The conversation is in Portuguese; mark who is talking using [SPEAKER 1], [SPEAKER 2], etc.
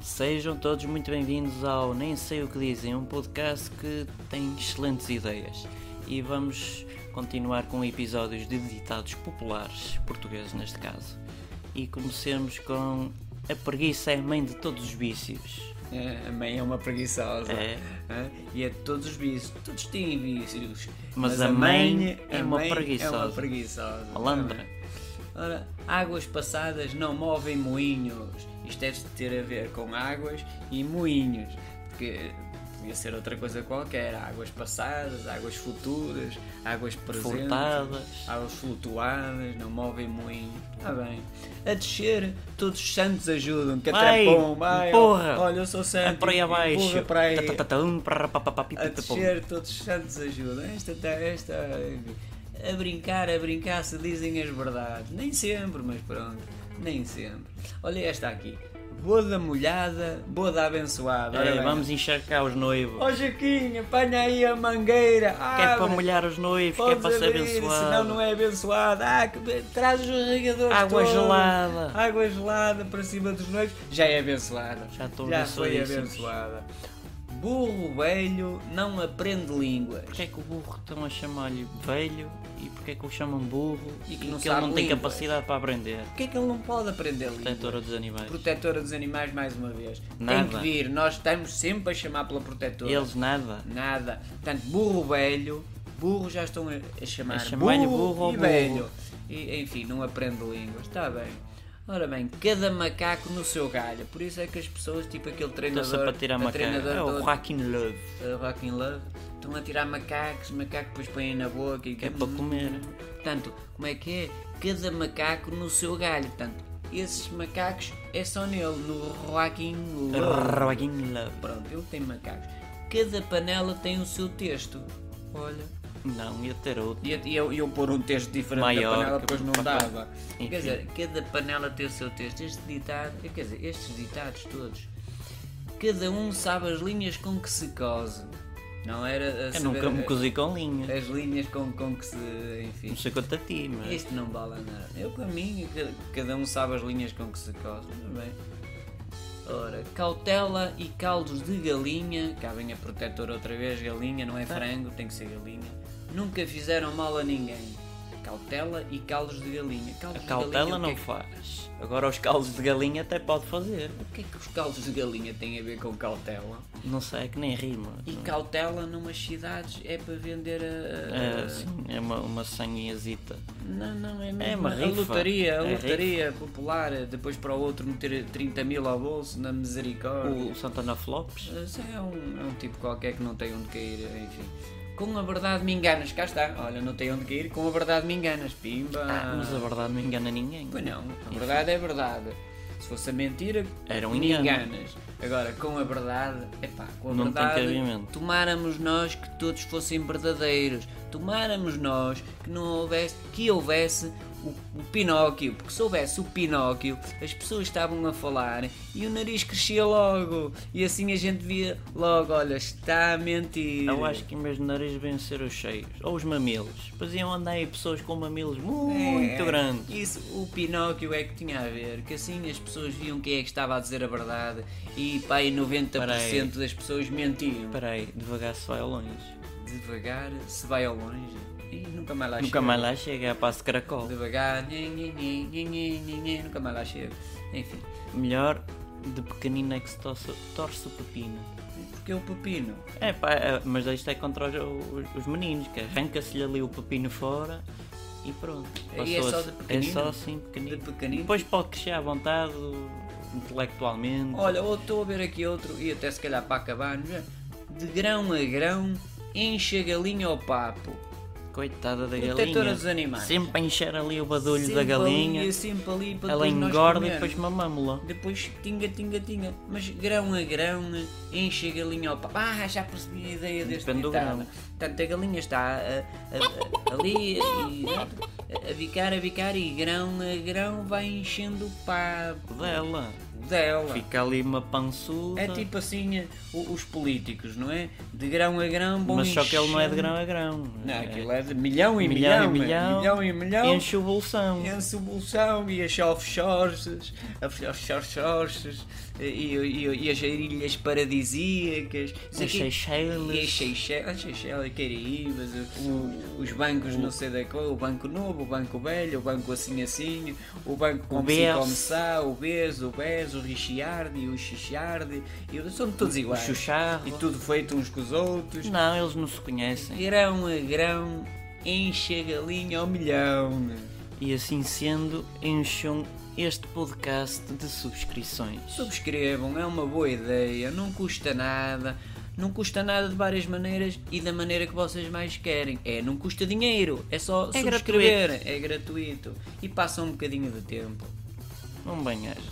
[SPEAKER 1] Sejam todos muito bem-vindos ao Nem Sei O Que Dizem, um podcast que tem excelentes ideias. E vamos continuar com episódios de ditados populares, portugueses neste caso. E comecemos com A preguiça é a mãe de todos os vícios.
[SPEAKER 2] É, A mãe é uma preguiçosa.
[SPEAKER 1] É.
[SPEAKER 2] Hã? E é de todos os vícios. Todos têm vícios.
[SPEAKER 1] Mas a mãe é uma preguiçosa.
[SPEAKER 2] É uma preguiçosa.
[SPEAKER 1] Malandra.
[SPEAKER 2] Ora, águas passadas não movem moinhos. Isto deve ter a ver com águas e moinhos. Porque podia ser outra coisa qualquer. Águas passadas, águas futuras, águas presentes.
[SPEAKER 1] Furtadas.
[SPEAKER 2] Águas flutuadas, não movem moinhos. Está bem. A descer, todos os santos ajudam. Que
[SPEAKER 1] Vai,
[SPEAKER 2] atrapão, vai.
[SPEAKER 1] empurra.
[SPEAKER 2] Olha, eu sou
[SPEAKER 1] É
[SPEAKER 2] santo.
[SPEAKER 1] por aí abaixo. Tá,
[SPEAKER 2] Empurra para aí.
[SPEAKER 1] Tatatam, prarapapapá,
[SPEAKER 2] A
[SPEAKER 1] pipipipom.
[SPEAKER 2] descer, todos os santos ajudam. Esta, tá- esta. A brincar, a brincar se dizem as verdades. Nem sempre, mas pronto. Nem sempre. Olha esta aqui. Boda molhada, boda abençoada. Ora
[SPEAKER 1] É,
[SPEAKER 2] bem.
[SPEAKER 1] Vamos encharcar os noivos.
[SPEAKER 2] Ó Jaquinho, apanha aí a mangueira.
[SPEAKER 1] Que é para
[SPEAKER 2] abre,
[SPEAKER 1] molhar os noivos, que é
[SPEAKER 2] podes
[SPEAKER 1] para ser
[SPEAKER 2] abrir, Senão não
[SPEAKER 1] abençoado.
[SPEAKER 2] é abençoado. Ah, que be- traz os regadores
[SPEAKER 1] Água
[SPEAKER 2] todos.
[SPEAKER 1] gelada.
[SPEAKER 2] Água gelada para cima dos noivos. Já é abençoada.
[SPEAKER 1] Já estão
[SPEAKER 2] foi
[SPEAKER 1] abençoadíssimos.
[SPEAKER 2] abençoada. Burro velho não aprende línguas.
[SPEAKER 1] Porquê é que o burro estão a chamar-lhe velho e porquê é que o chamam burro
[SPEAKER 2] E
[SPEAKER 1] e
[SPEAKER 2] que
[SPEAKER 1] que,
[SPEAKER 2] não
[SPEAKER 1] ele
[SPEAKER 2] sabe
[SPEAKER 1] não tem
[SPEAKER 2] línguas.
[SPEAKER 1] capacidade para aprender?
[SPEAKER 2] Porquê é que ele não pode aprender línguas?
[SPEAKER 1] Protetora dos animais.
[SPEAKER 2] Protetora dos animais, mais uma vez.
[SPEAKER 1] Nada.
[SPEAKER 2] Tem que vir. Nós estamos sempre a chamar pela protetora.
[SPEAKER 1] Eles nada.
[SPEAKER 2] Nada. Portanto, burro velho, burro já estão a, a chamar.
[SPEAKER 1] A chamar-lhe burro ou
[SPEAKER 2] e
[SPEAKER 1] burro.
[SPEAKER 2] velho. E, enfim, não aprende línguas. Está bem. Ora bem, cada macaco no seu galho. Por isso é que as pessoas, tipo aquele
[SPEAKER 1] Estão-se
[SPEAKER 2] treinador.
[SPEAKER 1] para tirar
[SPEAKER 2] aquele
[SPEAKER 1] uma cara.
[SPEAKER 2] treinador
[SPEAKER 1] É o
[SPEAKER 2] todo,
[SPEAKER 1] Joaquin Love.
[SPEAKER 2] eh, Rock in Love, estão a tirar macacos, macaco depois põem na boca e
[SPEAKER 1] Que é para comer.
[SPEAKER 2] Portanto, como é que é? Cada macaco no seu galho. Portanto, esses macacos é só nele, no Joaquim Love.
[SPEAKER 1] Joaquin É Love.
[SPEAKER 2] Pronto, ele tem macacos. Cada panela tem o seu texto. Olha.
[SPEAKER 1] Não, ia ter outro.
[SPEAKER 2] E eu- e eu, e eu pôr um texto diferente
[SPEAKER 1] Maior,
[SPEAKER 2] da panela,
[SPEAKER 1] que-
[SPEAKER 2] depois não dava.
[SPEAKER 1] Enfim.
[SPEAKER 2] Quer dizer, cada panela tem o seu texto. Este ditado, quer dizer, estes ditados todos, cada um sabe as linhas com que se cose. Não era a É.
[SPEAKER 1] Eu
[SPEAKER 2] saber
[SPEAKER 1] nunca me cozi com linha.
[SPEAKER 2] as linhas com, com que se. Enfim.
[SPEAKER 1] Não sei quanto a ti, mas.
[SPEAKER 2] Este não vale nada. Eu para mim, ca- cada um sabe as linhas com que se cose. Tudo bem. Ora, cautela e caldos de galinha. Cá vem a protetora outra vez, galinha, não é
[SPEAKER 1] Tá.
[SPEAKER 2] frango, tem que ser galinha. Nunca fizeram mal a ninguém. Cautela e caldos de galinha. Caldos
[SPEAKER 1] A
[SPEAKER 2] de galinha,
[SPEAKER 1] cautela
[SPEAKER 2] o que é
[SPEAKER 1] não
[SPEAKER 2] que-
[SPEAKER 1] faz. Agora os caldos de galinha até pode fazer.
[SPEAKER 2] O que é que os caldos de galinha têm a ver com cautela?
[SPEAKER 1] Não sei, é que nem rima.
[SPEAKER 2] E cautela numas cidades é para vender a. a-
[SPEAKER 1] É, sim, é uma, uma sanguinhazita.
[SPEAKER 2] Não, não, é mesmo.
[SPEAKER 1] uma
[SPEAKER 2] a
[SPEAKER 1] rifa.
[SPEAKER 2] lotaria, a
[SPEAKER 1] É
[SPEAKER 2] lotaria popular, é depois para o outro meter 30 mil ao bolso, na misericórdia.
[SPEAKER 1] O Santana Flops.
[SPEAKER 2] Isso é um, é um tipo qualquer que não tem onde cair, enfim. Com a verdade me enganas, cá está. Olha, não tem onde cair, com a verdade me enganas, pimba.
[SPEAKER 1] Ah, Mas a verdade não engana ninguém.
[SPEAKER 2] Pois não, a verdade é verdade. Se fosse a mentira,
[SPEAKER 1] Era um
[SPEAKER 2] me
[SPEAKER 1] engano.
[SPEAKER 2] enganas. Agora, com a verdade, epá, com a
[SPEAKER 1] Não tem
[SPEAKER 2] verdade,
[SPEAKER 1] cabimento.
[SPEAKER 2] tomáramos nós que todos fossem verdadeiros. Tomáramos nós que não houvesse, que houvesse o, o Pinóquio, porque se houvesse o Pinóquio, as pessoas estavam a falar e o nariz crescia logo. E assim a gente via logo, olha, está a mentir.
[SPEAKER 1] Eu acho que em vez de nariz deviam ser os cheios. Ou os mamilos. Pois iam andar aí pessoas com mamilos muito
[SPEAKER 2] É,
[SPEAKER 1] grandes.
[SPEAKER 2] Isso, o Pinóquio é que tinha a ver, que assim as pessoas viam quem é que estava a dizer a verdade e pá, e 90%
[SPEAKER 1] Peraí.
[SPEAKER 2] das pessoas mentiam.
[SPEAKER 1] Espera aí, devagar se vai longe.
[SPEAKER 2] Devagar se vai ao longe e nunca mais lá
[SPEAKER 1] Nunca
[SPEAKER 2] chega.
[SPEAKER 1] mais lá chega, a passo caracol.
[SPEAKER 2] Devagar, nhe, nhe, nhe, nhe, nhe, nhe, nhe, nunca mais lá chega. Enfim,
[SPEAKER 1] Melhor de pequenino é que se torce, torce o pepino.
[SPEAKER 2] porque o pepino.
[SPEAKER 1] É pá, é, mas isto é contra os, os- os meninos, que arranca-se-lhe ali o pepino fora e pronto.
[SPEAKER 2] E é só
[SPEAKER 1] Passou-se-
[SPEAKER 2] de pequenino?
[SPEAKER 1] É só assim pequenino.
[SPEAKER 2] De pequenino?
[SPEAKER 1] Depois pode crescer à vontade, intelectualmente.
[SPEAKER 2] Olha, ou estou a ver aqui outro, e até se calhar para acabar, não é? de grão a grão, enche a galinha ao papo.
[SPEAKER 1] Coitada da
[SPEAKER 2] Protetora
[SPEAKER 1] galinha.
[SPEAKER 2] dos animais.
[SPEAKER 1] Sempre a encher ali o badulho
[SPEAKER 2] Sempre
[SPEAKER 1] da
[SPEAKER 2] ali,
[SPEAKER 1] galinha.
[SPEAKER 2] sempre ali, para
[SPEAKER 1] Ela
[SPEAKER 2] depois nós
[SPEAKER 1] engorda e
[SPEAKER 2] comermos.
[SPEAKER 1] depois mamamos-la.
[SPEAKER 2] Depois tinga, tinga, tinga. Mas grão a grão né? enche a galinha ao papo. Ah, já percebi a ideia deste
[SPEAKER 1] Depende do
[SPEAKER 2] ditado.
[SPEAKER 1] grão.
[SPEAKER 2] Portanto, a galinha está a- a- a- ali e, a, a bicar, a bicar e grão a grão vai enchendo o papo
[SPEAKER 1] Dela.
[SPEAKER 2] dela.
[SPEAKER 1] Fica ali uma pançuda.
[SPEAKER 2] É tipo assim o- os políticos, não é? De grão a grão vão
[SPEAKER 1] Mas só que ele não é de
[SPEAKER 2] enchendo-
[SPEAKER 1] grão a grão.
[SPEAKER 2] um Não,
[SPEAKER 1] É
[SPEAKER 2] aquilo é de milhão e
[SPEAKER 1] milhão,
[SPEAKER 2] milhão.
[SPEAKER 1] e milhão.
[SPEAKER 2] milhão, e milhão.
[SPEAKER 1] Enche o bolsão.
[SPEAKER 2] Enche o bolsão e as offshores, as offshores, e, e, e, e as ilhas paradisíacas, não sei
[SPEAKER 1] As
[SPEAKER 2] quê.
[SPEAKER 1] Seychelles.
[SPEAKER 2] E as Seychelles, as Seychelles, Caraíbas, o- os bancos não sei da qual, o banco novo, o banco velho, o banco assim assim, o banco com
[SPEAKER 1] BES.
[SPEAKER 2] começar, o Bez, o Bez, o Richiardi, o Chichiardi, e são todos iguais.
[SPEAKER 1] Xuxarro.
[SPEAKER 2] E tudo feito uns com os outros.
[SPEAKER 1] Não, eles não se conhecem.
[SPEAKER 2] Grão a grão, enche a galinha ao milhão.
[SPEAKER 1] E assim sendo, encham este podcast de subscrições.
[SPEAKER 2] Subscrevam, é uma boa ideia, não custa nada. Não custa nada de várias maneiras e da maneira que vocês mais querem. É, não custa dinheiro, é só
[SPEAKER 1] É
[SPEAKER 2] subscrever, é gratuito. E passa um bocadinho de tempo.
[SPEAKER 1] Um banheiro.